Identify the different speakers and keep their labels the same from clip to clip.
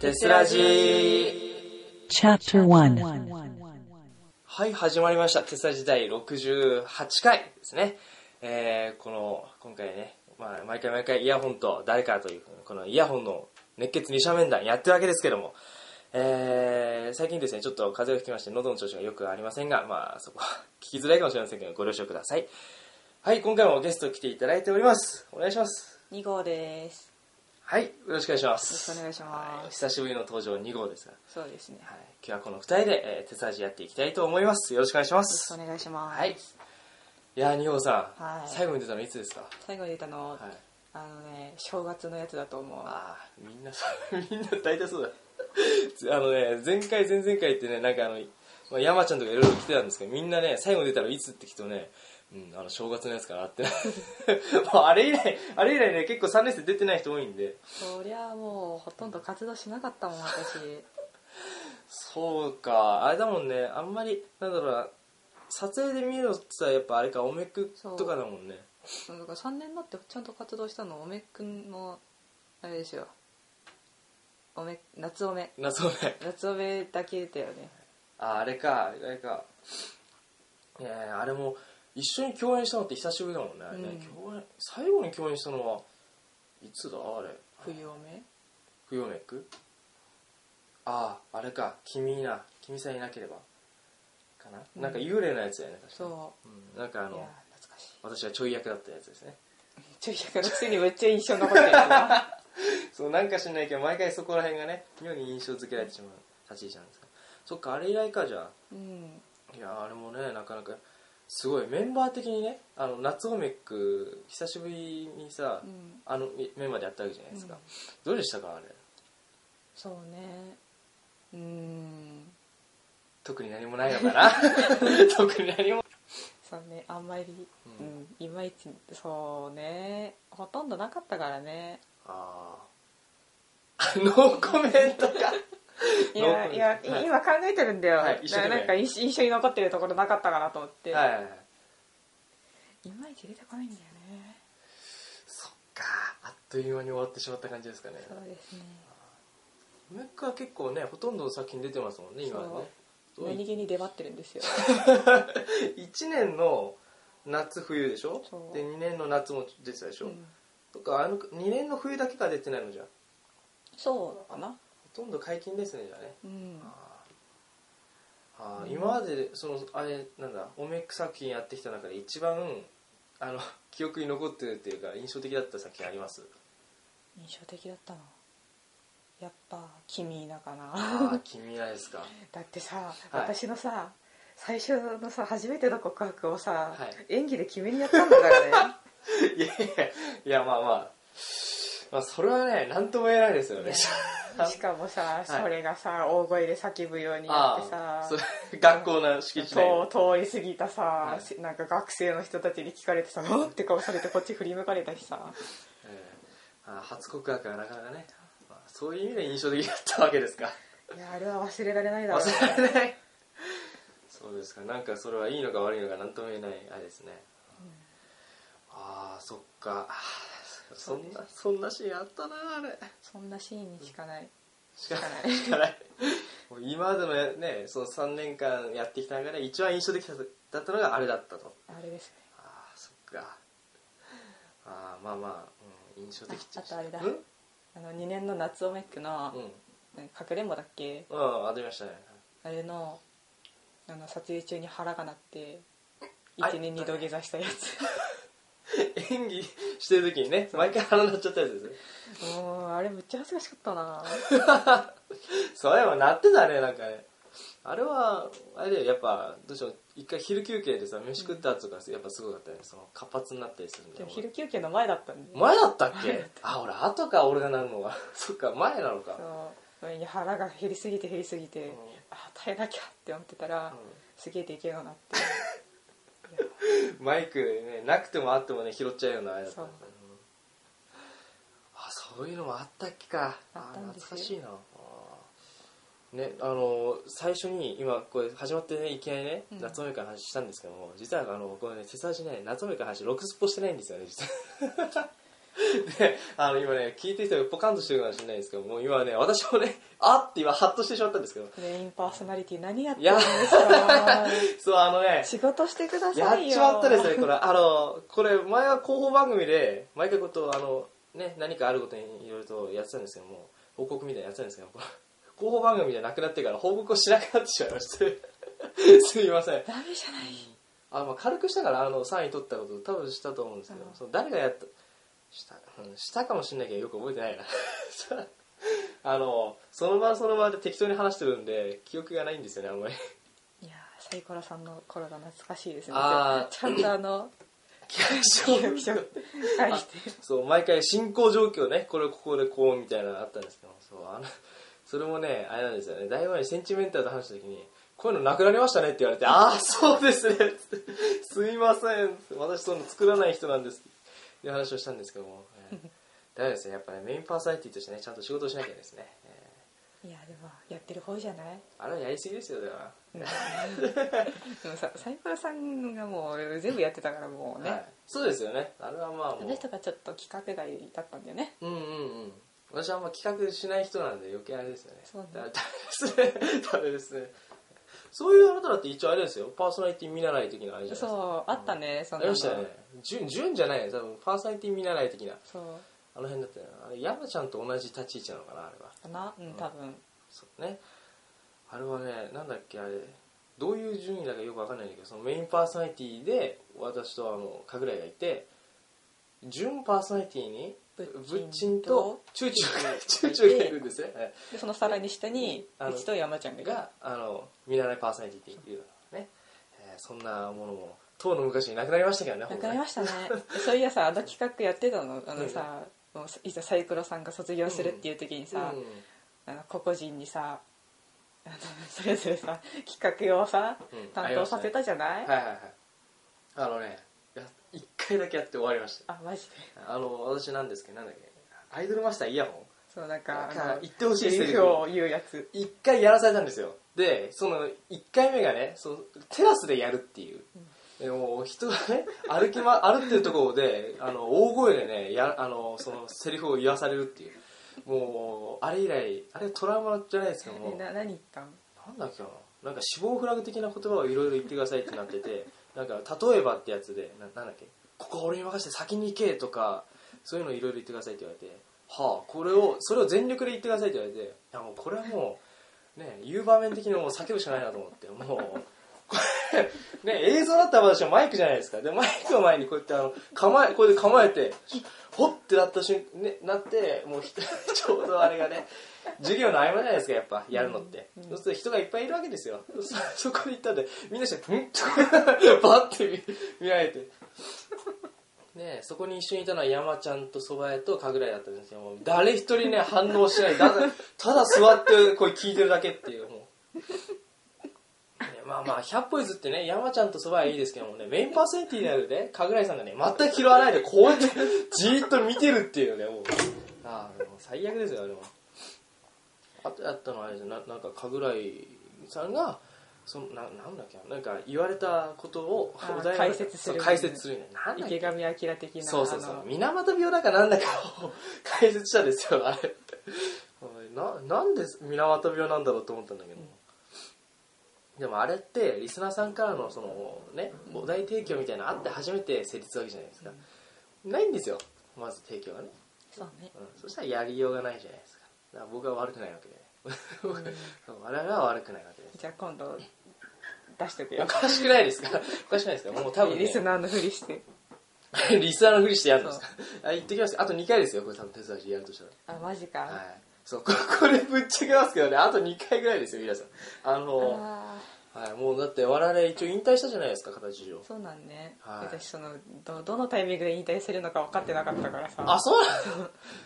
Speaker 1: せすらじー
Speaker 2: Chapter 1
Speaker 1: はい、始まりました。テスラジ第68回ですね。えー、この、今回ね、まあ、毎回毎回イヤホンと誰かという、このイヤホンの熱血二者面談やってるわけですけども、えー、最近ですね、ちょっと風邪がひきまして、喉の調子がよくありませんが、まあ、そこは聞きづらいかもしれませんけど、ご了承ください。はい、今回もゲスト来ていただいております。お願いします。
Speaker 3: 二号です。
Speaker 1: はい、よろしくお願いしま
Speaker 3: よろし
Speaker 1: す。
Speaker 3: くお願いし
Speaker 1: はい
Speaker 3: ま
Speaker 1: お
Speaker 3: す。
Speaker 1: 久しぶりの登場2号ですが、
Speaker 3: そうですね。よ
Speaker 1: はい、今日はこの2人で、えー、テスラジやっていきたいと思います。よろしくお願いしま
Speaker 3: ろし
Speaker 1: す
Speaker 3: くお。願いします。
Speaker 1: はい。いやー、二号さん、
Speaker 3: はい
Speaker 1: 最後に出たのいつですか。
Speaker 3: 最後に出たの、
Speaker 1: はい。
Speaker 3: あのね、正月のやつだと思う。
Speaker 1: ああ、みんなそうみんな大体そうだ。 つあのね、前回前々回ってね、なんかあの、まあ、山ちゃんとかいろいろ来てたんですけど、みんなね、最後に出たのいつって聞くとね。うん、あの正月のやつかなって もうあれ以来あれ以来ね結構3年生出てない人多いんで
Speaker 3: そりゃもう、ほとんど活動しなかったもん、私。
Speaker 1: そうかあれだもんねあんまりなんだろうな撮影で見るのってさやっぱあれかおめくとかだもんね
Speaker 3: そうだから3年になってちゃんと活動したの、おめっくんの、あれですよ。おめ、夏おめ。
Speaker 1: 夏のね
Speaker 3: 夏おめだけだよね。
Speaker 1: ああれかあれかえー、あれも一緒に共演したのって久しぶりだもんね,あれね、
Speaker 3: うん
Speaker 1: 共演最後に共演したのはいつだあれ
Speaker 3: 冬おめ
Speaker 1: 冬メイクあああれか君いな君さえいなければかな、
Speaker 3: うん
Speaker 1: なんか幽霊のやつだよね確かに、
Speaker 3: そう
Speaker 1: ん、なんかあ
Speaker 3: う。い
Speaker 1: の
Speaker 3: や、懐かしい。
Speaker 1: 私はちょい役だったやつですね
Speaker 3: ちょい100のくせにめっちゃ印象残ってるや
Speaker 1: そうなんか知んないけど毎回そこら辺がね妙に印象付けられてしまう立ち位置なんですけどそっかあれ以来かじゃあ
Speaker 3: つな。うん。
Speaker 1: いやーあれもねなかなかすごいメンバー的にねあの夏オメック久しぶりにさ、
Speaker 3: うん。
Speaker 1: あのいメンバーでやったわけじゃないですか、どうでしたかあれ
Speaker 3: そうね。うん。
Speaker 1: 特に何もないのか な特に何も
Speaker 3: そうねあんまり、
Speaker 1: う
Speaker 3: うんんいまいちそうねほとんどなかったからね
Speaker 1: ああノーコメントか
Speaker 3: い
Speaker 1: ノーコ
Speaker 3: や
Speaker 1: メント
Speaker 3: いや、
Speaker 1: はい
Speaker 3: 今考えてるんだよ、
Speaker 1: はい一緒
Speaker 3: だか
Speaker 1: だ
Speaker 3: ら
Speaker 1: ね
Speaker 3: なんか印印象に残ってるところなかったかなと思って、
Speaker 1: はいはいはい
Speaker 3: い、まいち出てこないんだよね
Speaker 1: そっかあっという間に終わってしまった感じですかね
Speaker 3: そうですね
Speaker 1: メックは結構ねほとんどの作品出てますもんね今はねどう
Speaker 3: 何気に出張ってるんですよ
Speaker 1: 1年の夏冬でしょ
Speaker 3: そう
Speaker 1: で2年の夏も出てたでしょ、
Speaker 3: うん
Speaker 1: とかあの2年の冬だけが出てないのじゃほ
Speaker 3: そうかな
Speaker 1: とんど解禁ですねじゃあね
Speaker 3: うん
Speaker 1: あー、
Speaker 3: うん
Speaker 1: 今まででそのあれなんだオメック作品やってきた中で一番あの 記憶に残ってるっていうか印象的だった作品あり ます
Speaker 3: 印象的だったのやっぱ君なか
Speaker 1: ああ
Speaker 3: な
Speaker 1: 君らですか
Speaker 3: だってさ、
Speaker 1: はい
Speaker 3: 私のさ最初のさ初めての告白をさ、
Speaker 1: はい
Speaker 3: 演技で決めにやったんだからね
Speaker 1: いやいやいやまあまあまあそれはね何とも言えないですよね
Speaker 3: しかもさ、それがさ大声で叫ぶようにや
Speaker 1: あ
Speaker 3: って
Speaker 1: あ
Speaker 3: さ
Speaker 1: それ 学校の敷地内
Speaker 3: と通り過ぎたさ、
Speaker 1: い
Speaker 3: しなんか学生の人たちに聞かれ てさ「うん?」って顔されてこっち振り向かれたしさ
Speaker 1: えーあー初告白はなかなかね、まあ、そういう意味で印象的だったわけですか
Speaker 3: いやあれは忘れられないだろうね
Speaker 1: 忘れない そうですかなんかそれはいいのか悪いのか何とも言えないあれですね、ああそっかあーそんなそんなシーンあったなあれ
Speaker 3: そんなシーンにしかない
Speaker 1: しかない しかないもう今までのやねその3年間やってきた中で一番印象的だったのがあれだったと
Speaker 3: あれですね
Speaker 1: ああそっかああまあまあ、うん、印象的っちゃ
Speaker 3: ああとあれだ
Speaker 1: うん、うん、
Speaker 3: あの2年の夏オメックの「かくれんぼ」だっけ
Speaker 1: うんありましたね
Speaker 3: あれのあの撮影中に腹が鳴って
Speaker 1: あ
Speaker 3: 1年に土下座したや
Speaker 1: 演技してる時にね毎回腹鳴っちゃったやつですね
Speaker 3: つ もうあれむっちゃ恥ずかしかっ たな
Speaker 1: そういえばなってたねなんかねあれはあれだよやっぱどうしよう一回昼休憩でさ飯食った後とかやっぱすごかったねその活発になったりするんだ
Speaker 3: で
Speaker 1: よ
Speaker 3: も昼休憩の前だったんで
Speaker 1: 前だったっけあ俺後か俺がなるのが そっか前なのか
Speaker 3: そういや腹が減りすぎて減りすぎて、
Speaker 1: ん
Speaker 3: あ耐えなきゃって思ってたら、すげえでけえのなって
Speaker 1: マイクねなくてもあってもね拾っちゃうようなあれだった、
Speaker 3: そう
Speaker 1: うんあそういうのもあったっけか
Speaker 3: あったんですよ
Speaker 1: 懐かしいなあーねあの最初に今これ始まってねいきなりね
Speaker 3: うん
Speaker 1: 夏目から話したん ですけども、実はあの僕はね手差しね夏目から話ろくすっぽしてないんですよね実はであの今ね聞いてる人がポカンとしてるかもしれないんですけどもう今ね私もねあって今ハッとしてしまったんですけど
Speaker 3: メインパーソナリティ何やって
Speaker 1: い
Speaker 3: るん
Speaker 1: や
Speaker 3: ですか
Speaker 1: そうあのね
Speaker 3: 仕事してくだ
Speaker 1: や
Speaker 3: さ
Speaker 1: っ
Speaker 3: いよ
Speaker 1: ちまったですねこれあのこれ前は広報番組で毎回ことあのね何かあることにいろいろとやってたんですけども報告みたいなのやってたんですけどこれ広報番組じゃなくなってから報告をしなくなってしまいまして すいません
Speaker 3: ダメじゃない
Speaker 1: あ、まあ、軽くしたからあの3位取ったこと多分したと思うんですけど、
Speaker 3: うん
Speaker 1: その誰がやったした,、うん、したかもしれないけどよく覚えてないな あのその場その場で適当に話してるんで記憶がないんですよねあん まり
Speaker 3: いやーサイコロさんの頃が懐かしいですね
Speaker 1: あー
Speaker 3: ちゃんと あの
Speaker 1: 記憶
Speaker 3: 記憶書書いて
Speaker 1: そう毎回進行状況ねこれここでこうみたいなのあったんですけどそうあのそれもねあれなんですよねだいぶ前にセンチメンタルと話した時に「こういうのなくなりましたね」って言われて「ああそうですね」 つって「すいません私その作らない人なんです」っていう話をしたんですけども、えー、だめですねやっぱねメインパーソナリティとしてねちゃんと仕事をしなきゃですね、え
Speaker 3: いやでもやってる方じゃない
Speaker 1: ーあれはやりすぎですよでは、
Speaker 3: うんでもさサイコロさんがもう全部やってたからもうね、
Speaker 1: はい、そうですよねあれはまあ
Speaker 3: あ
Speaker 1: も
Speaker 3: の
Speaker 1: う
Speaker 3: 人がちょっと企画外だったんだよね
Speaker 1: うんうんうん私はあんま企画しない人なんで余計あれですよね
Speaker 3: そうね
Speaker 1: だダメですねダメですねそういうあなただって一応あれですよパーソナリティ見習い的なあれじゃないですか
Speaker 3: そうあったね、そ
Speaker 1: あ
Speaker 3: ん
Speaker 1: り
Speaker 3: なの
Speaker 1: ましたよね順順じゃないよ多分パーソナリティ見習い的な
Speaker 3: そう
Speaker 1: あの辺だったよなあれ山ちゃんと同じ立ち位置なのかなあれは
Speaker 3: かなうん多分
Speaker 1: そうねあれはねなんだっけあれどういう順位だかよくわかんないんだけどそのメインパーソナリティで私とあの神楽井がいて準パーソナリティに
Speaker 3: ぶ
Speaker 1: ぶ
Speaker 3: っちんと
Speaker 1: っちんとチューチューがチューチューがいるんですねはい
Speaker 3: でそのさらに下に
Speaker 1: あ
Speaker 3: う
Speaker 1: の
Speaker 3: ちと山ちゃんがいる
Speaker 1: があの見習いパーソナリティっていうのね、えーそんなものも当の昔になくなりましたけどね
Speaker 3: なくなりま
Speaker 1: し
Speaker 3: したねそういやさあの企画やってたのあのさ、もういざサイクロさんが卒業するっていう時にさ、
Speaker 1: うん
Speaker 3: あの個々人にさあのそれぞれさ企画をさ、
Speaker 1: うん
Speaker 3: 担当させたじゃないあ,、
Speaker 1: はいはいはいあのねや一回だけやって終わりました
Speaker 3: マジで
Speaker 1: あの私なんですけどなんだっけアイドルマスターイヤホン
Speaker 3: そうなんか
Speaker 1: か
Speaker 3: あの
Speaker 1: 言ってほしい
Speaker 3: セリフを言うやつ
Speaker 1: 一回やらされたんですよでその一回目がねそのテラスでやるっていう、でもう人が ね歩き、ま、歩ってるところであの大声でねやあのそのセリフを言わされるっていうもうあれ以来あれトラウマじゃないですけども
Speaker 3: えな何言ったん
Speaker 1: なんだっけかななんか死亡フラグ的な言葉をいろいろ言ってくださいってなって てなんか例えばってやつでななんだっけここは俺に任せて先に行けとかそういうのいろいろ言ってくださいって言われてはあこれをそれを全力で言ってくださいって言われていやもうこれはもうね言う場面的にもう叫ぶしかないなと思ってもうこれ ね映像だったら私はマイクじゃないですかでマイクの前にこうやってあの構えこれで構えて ほってなった瞬間、ね、なってもうひ ちょうどあれがね授業の合間じゃないですかやっぱやるのって、
Speaker 3: うん
Speaker 1: そうすると人がいっぱいいるわけですよそ そこに行ったんでみんなして「ん?」って バッて見見られてねそこに一緒にいたのは山ちゃんと蕎麦屋と神楽屋だったんですけども誰一人ね反応しないただただ座ってこれ聞いてるだけっていうもう、ねまあまあ百歩譲ってね山ちゃんと蕎麦屋いいですけどもねメインパーソナリティであるね神楽屋さんがね全く拾わないでこうやってじーっと見てるっていうねもうああもう最悪ですよあれもあとやったのはあれですよななんか神楽井さんがそのななんだっけななんか言われたことを
Speaker 3: あー
Speaker 1: お題を
Speaker 3: 解説する
Speaker 1: そう解説するねなんだっけ
Speaker 3: 池上彰的な
Speaker 1: そうそうそ
Speaker 3: あ
Speaker 1: う
Speaker 3: の
Speaker 1: 水俣病だかなんだかを解説したんですよあれおいななんで水俣病なんだろうと思ったんだけど、でもあれってリスナーさんからのそのねお題提供みたいなのあって初めて成立するわけじゃないですか、ないんですよまず提供がね、
Speaker 3: そうね
Speaker 1: うん、そしたらやりようがないじゃないですかだから僕は悪くないわけで 我々は悪くないわけです
Speaker 3: じゃあ今度出しとくよ
Speaker 1: おかしくないですかおかしくないですかもう多分、ね、
Speaker 3: リスナーのふりして
Speaker 1: リスナーのふりしてやるんですかあ言ってきますあと2回ですよこれ多分手伝いやるとしたら
Speaker 3: あマジか、
Speaker 1: はい。そう、こ これぶっちゃけますけどね、あと2回ぐらいですよ、皆さん。あの、
Speaker 3: あ
Speaker 1: はい、もうだって我々一応引退したじゃないですか、形上
Speaker 3: ー。そうなんね、
Speaker 1: はい
Speaker 3: 私そのどどのタイミングで引退するのか分かってなかったからさ
Speaker 1: あ、そうな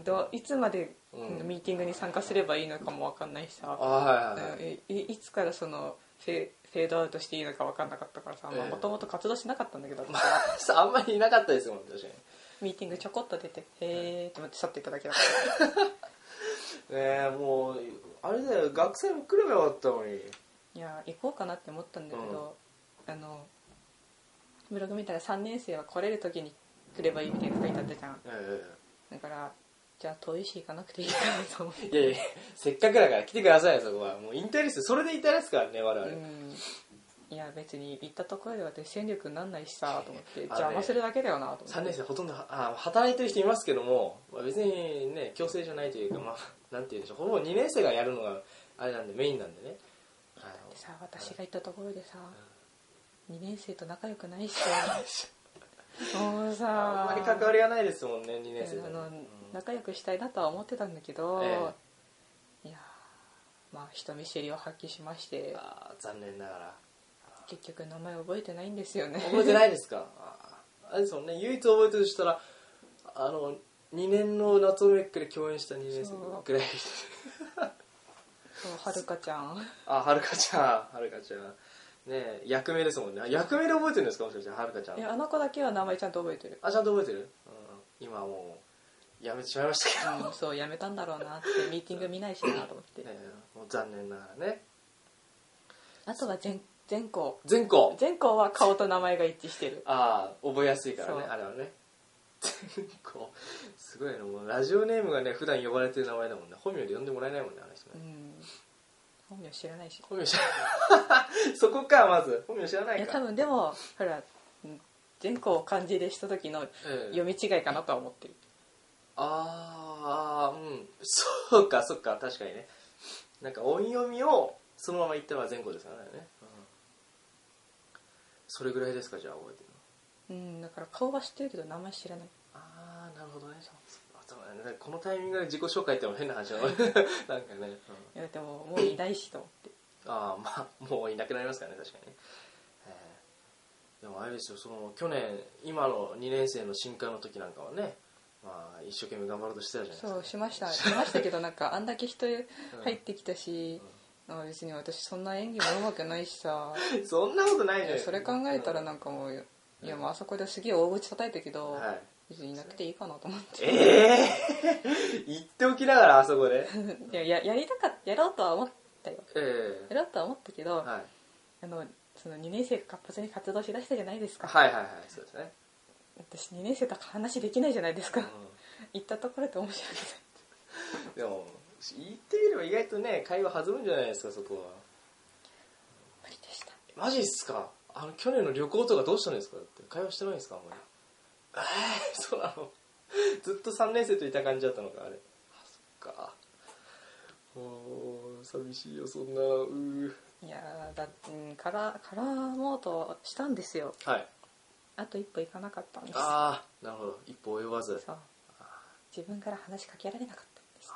Speaker 1: んだ。
Speaker 3: どいつまで
Speaker 1: うん
Speaker 3: ミーティングに参加すればいいのかも分かんないしさ
Speaker 1: あ、、はい はいはい。
Speaker 3: えいいつからそのフェフェードアウトしていいのか分かんなかったからさ
Speaker 1: ええ
Speaker 3: もともと活動しなかったんだけど私
Speaker 1: ま
Speaker 3: は
Speaker 1: あ、さあんまりいなかったですもん、確かに。ね
Speaker 3: ミーティングちょこっと出て「へえ」って思って去っていっただけだか
Speaker 1: え、もう、あれだよ、学生も来ればよかったのに。
Speaker 3: らいや行こうかなって思ったんだけど、あのブログ見たら3年生は来れる時に来ればいいみたいなの書いてあったじゃん
Speaker 1: え
Speaker 3: だからじゃあ遠いし行かなくていいかなと思って
Speaker 1: いやい や、せっかくだから来てくださいよ、そこは。もうインターレス、それでインターレスからね、我々。
Speaker 3: うんいや別に行ったところで私戦力になんないしさと思って
Speaker 1: あのね
Speaker 3: 邪魔するだけだよなと思って
Speaker 1: 3年生ほとんどあ働いてる人いますけども、まあ、別にね強制じゃないというかまあなんて言うんでしょうほぼ2年生がやるのがあれなんでメインなんでねあの
Speaker 3: でさ私が行ったところでさ2年生と仲良くない しさも
Speaker 1: あ
Speaker 3: う
Speaker 1: ん
Speaker 3: さ
Speaker 1: まり関わりがないですもんね2年生
Speaker 3: あ
Speaker 1: と
Speaker 3: の
Speaker 1: うん
Speaker 3: 仲良くしたいなとは思ってたんだけど、
Speaker 1: え
Speaker 3: いやーまあ人見知りを発揮しまして
Speaker 1: あー残念ながら
Speaker 3: 結局名前覚えてないんですよね
Speaker 1: 覚えてないですか あーあれですもんね唯一覚えてるとしたらあの2年の夏オメックで共演した2年生ぐらい
Speaker 3: そうはるかち ゃん
Speaker 1: あはるかちゃんはるかちゃんねえ役名ですもんね役名で覚えてるんですかもしかしてはるかちゃん
Speaker 3: いやあの子だけは名前ちゃんと覚えてる、
Speaker 1: あ、ちゃんと覚えてる、うん、今はもう、やめてしまいましたけ
Speaker 3: うん、そうやめたんだろうなってミーティング見ないしなと思って
Speaker 1: ど、 ね、もう残念ながらね。
Speaker 3: あとは全全校
Speaker 1: 全校
Speaker 3: 全校は顔と名前が一致してる
Speaker 1: ああ、覚えやすいからね
Speaker 3: そ、う
Speaker 1: あれはね。全校すごいの、もうラジオネームがね、普段呼ばれてる名前だもんね。本名で呼んでもらえないもんね、あの人
Speaker 3: う
Speaker 1: ね。
Speaker 3: ん本名知らないし
Speaker 1: 本名知ら ない。そこか、まず。本名知らないい
Speaker 3: や
Speaker 1: か。
Speaker 3: 多分でもほら全校を漢字でした時の
Speaker 1: ええ
Speaker 3: 読み違いかなとは思ってる
Speaker 1: ああ、うん。そうか、そっか、確かにね。なんか音読みをそのまま言ったのは全校ですからね。うんそれぐらいですか、じゃあ覚えてるの。
Speaker 3: うんだから顔は知ってるけど名前知らない
Speaker 1: ああなるほどねそうそうだねこのタイミングで自己紹介ってのも変な話だ ななんかね、うん
Speaker 3: いやでももういないしと思って
Speaker 1: ああまあもういなくなりますからね確かにね、えーでもあれですよその去年今の2年生の新刊の時なんかはねまあ一生懸命頑張ろうとしてたじゃないですか
Speaker 3: そうしましたしましたけどなん かあんだけ人入ってきたし
Speaker 1: うん、
Speaker 3: あ別に私そんな演技も上手くないしさ
Speaker 1: そんなことないじ
Speaker 3: い
Speaker 1: ゃない
Speaker 3: や
Speaker 1: です
Speaker 3: そ
Speaker 1: か
Speaker 3: れ考えたらなんかもういやもうあそこですげえ大口叩いたけど、
Speaker 1: はい
Speaker 3: 別にいなくていいかなと思って
Speaker 1: ええ 言っておきながらあそこで
Speaker 3: いやややりたかやろうとは思ったよ
Speaker 1: ええ
Speaker 3: やろうとは思ったけど、
Speaker 1: はい、
Speaker 3: あのその2年生が活発に活動しだしたじゃないですか、
Speaker 1: はいはいはいそうですね、
Speaker 3: 私2年生と話できないじゃないですか、
Speaker 1: うん
Speaker 3: 行ったところで面白いです
Speaker 1: でも言ってみれば意外とね会話弾むんじゃないですかそこは
Speaker 3: 無理でした
Speaker 1: マジっすかあの去年の旅行とかどうしたんですかだって会話してないんですかあんまりええ そうなのずっと3年生といた感じだったのかあれあそっかおー寂しいよそんなうー
Speaker 3: いやーだうんから絡もうとしたんですよ
Speaker 1: はい
Speaker 3: あと一歩行かなかったんです
Speaker 1: ああなるほど一歩及ばず
Speaker 3: そう自分から話しかけられなかったんです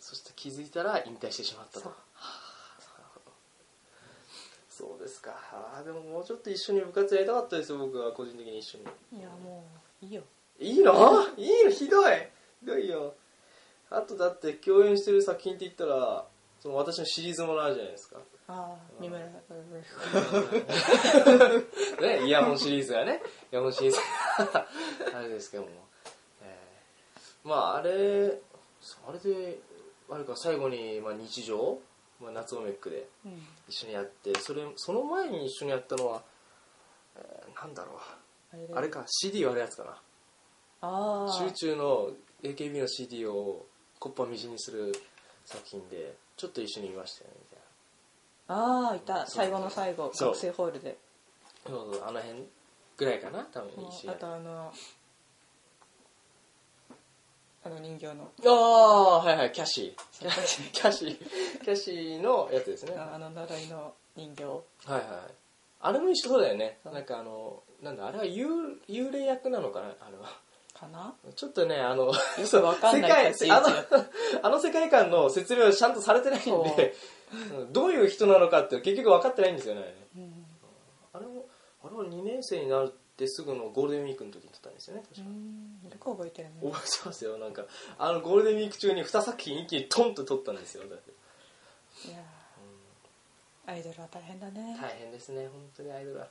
Speaker 1: そして気づいたら引退してしまったと
Speaker 3: そう
Speaker 1: なるほどそうですかあーでももうちょっと一緒に部活やりたかったですよ僕は個人的に一緒に
Speaker 3: いやもういいよ
Speaker 1: いいのいいのひどいひどいよあとだって共演してる作品って言ったらその私のシリーズものあるじゃないですか
Speaker 3: ああ三村うん
Speaker 1: ねイヤホンシリーズがね イヤホンシリーズあれですけども、えーまああれあれであれか最後に、まあ、日常、まあ、夏オメックで
Speaker 3: うん
Speaker 1: 一緒にやってそれその前に一緒にやったのは、えーなんだろ
Speaker 3: あれ
Speaker 1: うあれか CD 割るやつかな
Speaker 3: ああ
Speaker 1: 集中の AKB の CD をコッパみじんにする作品でちょっと一緒に見ましたよねみ
Speaker 3: ああいた最後の最後
Speaker 1: そう
Speaker 3: 学生ホールで
Speaker 1: たいなそうそうあの辺ぐらいかな多分一緒に
Speaker 3: あとあのあの人形の
Speaker 1: ああはいはいキャシーキャシ ーキャシーキャシーのやつですねはい
Speaker 3: ああの習いの人形
Speaker 1: はいあれも一緒そうだよね
Speaker 3: そう
Speaker 1: なんかあのなんだあれは幽幽霊役なのかなあれは
Speaker 3: かな
Speaker 1: ちょっとねあの
Speaker 3: よくわかんない立
Speaker 1: 世
Speaker 3: ち位
Speaker 1: 界あ
Speaker 3: 置
Speaker 1: のあの世界観の説明をちゃんとされてないんでうんどういう人なのかって結局分かってないんですよね
Speaker 3: うん
Speaker 1: あれもあれは2年生になってすぐのゴールデンウィークの時に撮ったんですよね
Speaker 3: う
Speaker 1: 確か、
Speaker 3: んよく覚えてるね
Speaker 1: 覚えてますよなんかあのゴールデンウィーク中に2作品一気にトンと撮ったんですよだって
Speaker 3: いやーアイドルは大変だね
Speaker 1: 大変ですね本当にアイドルはい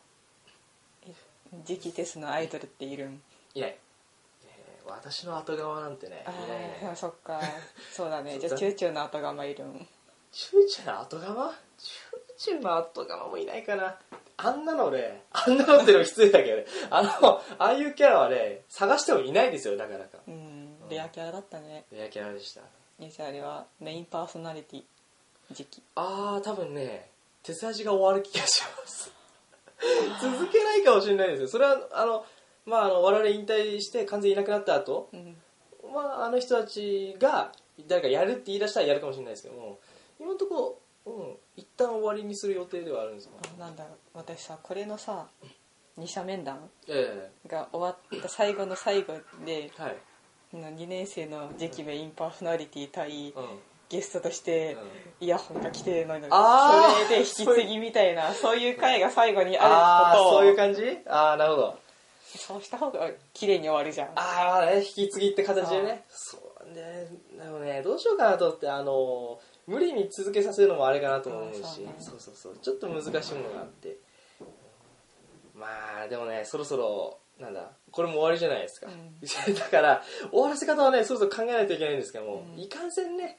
Speaker 3: 次期テスのアイドルっているん
Speaker 1: いない、えー私の後側なんてね
Speaker 3: あ
Speaker 1: いないい
Speaker 3: あ
Speaker 1: ない
Speaker 3: そっ かそうだねじゃ
Speaker 1: そ
Speaker 3: あ
Speaker 1: うだ
Speaker 3: チューチューの後釜いるん
Speaker 1: チューチューの後釜チューチューの後釜もいないかなあんなのねあんなのってのも失礼だけどねあのああいうキャラはね探してもいないですよなかなか
Speaker 3: うん
Speaker 1: うん
Speaker 3: レアキャラだったね
Speaker 1: レアキャラでした
Speaker 3: ニュースあれはメインパーソナリティ時期
Speaker 1: あー多分ね鉄味が終わる気がします 続けないかもしれないですよそれはあのまああの我々引退して完全にいなくなった後
Speaker 3: うん
Speaker 1: まああの人たちが誰かやるって言い出したらやるかもしれないですけども今のところ、うん、一旦終わりにする予定ではあるんですよ
Speaker 3: あなんだろう私さこれのさ二者面談
Speaker 1: え
Speaker 3: が終わった最後の最後で
Speaker 1: えはい
Speaker 3: 2年生の次期メインパーソナリティ対
Speaker 1: うん
Speaker 3: ゲストとしてイヤホンが来てるのに
Speaker 1: あー
Speaker 3: それで引き継ぎみたいなそういう回が最後にあ
Speaker 1: ああ
Speaker 3: ることを
Speaker 1: そういう感じああなるほど
Speaker 3: そうした方が綺麗に終わるじゃん
Speaker 1: ああ、ね、引き継ぎって形でねそうねでもねどうしようかなと思ってあの無理に続けさせるのもあれかなとも思うし
Speaker 3: あーそうね
Speaker 1: そうそうそうちょっと難しいものがあってまあでもねそろそろなんだこれも終わりじゃないですか、 だから終わらせ方はねそろそろ考えないといけないんですけども、
Speaker 3: うん
Speaker 1: いかんせんね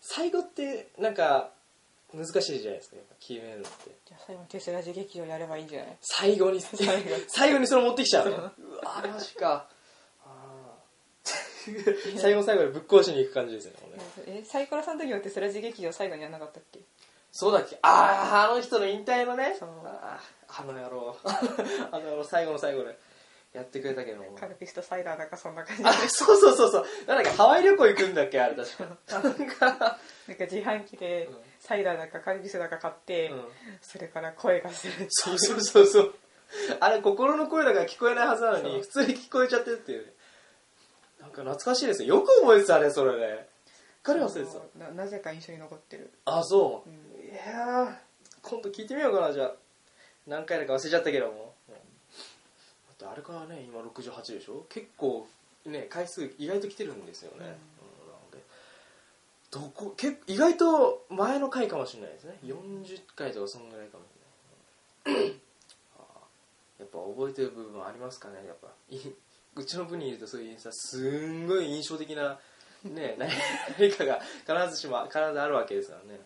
Speaker 1: 最後ってなんか難しいじゃないですかやっぱ決めるのって
Speaker 3: じゃあ最後にテスラジ劇場やればいいんじゃない
Speaker 1: 最後に
Speaker 3: 最後
Speaker 1: 最後にそれ持ってきちゃうのうわマジかあー最後の最後でぶっ壊しに行く感じですよねもうね
Speaker 3: えサイコロさんの時はテスラジ劇場最後にやらなかったっけ
Speaker 1: そうだっけあああの人の引退のね
Speaker 3: そう
Speaker 1: あーあの野郎 あの野郎最後の最後でやってくれたけども
Speaker 3: カルピスとサイダーなんかそんな感じ
Speaker 1: あそうそうそうそうなんだっけハワイ旅行行くんだっけあれ確かなん か
Speaker 3: なんか自販機で
Speaker 1: うん
Speaker 3: サイダーなんかカルピスなんか買って、
Speaker 1: うん
Speaker 3: それから声がする
Speaker 1: そうそうそうそうあれ心の声だから聞こえないはずなの
Speaker 3: そ
Speaker 1: に
Speaker 3: う
Speaker 1: 普通に聞こえちゃってるっていうねなんか懐かしいですよよく覚えてたねそれね彼忘れてた
Speaker 3: ななぜか印象に残ってる
Speaker 1: あそう、
Speaker 3: う
Speaker 1: いやー今度聞いてみようかなじゃあ何回だか忘れちゃったけども、だってあれからね今68でしょ結構ね回数意外と来てるんですよね、
Speaker 3: うん
Speaker 1: うんなのでどこ結意外と前の回かもしれないですね40回とかそんぐらいかもしれない、あーやっぱ覚えてる部分はありますかねやっぱいう ちの部にいるとそういうさすんごい印象的なね何何かが必ずしも必ずあるわけですからね、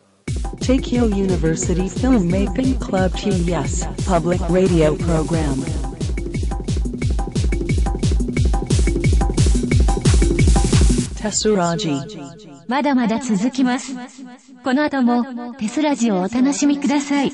Speaker 2: Tokyo University Filmmaking Club TES Public Radio Program. Tesuraji.
Speaker 4: まだまだ続きます。この後もテスラジをお楽しみください。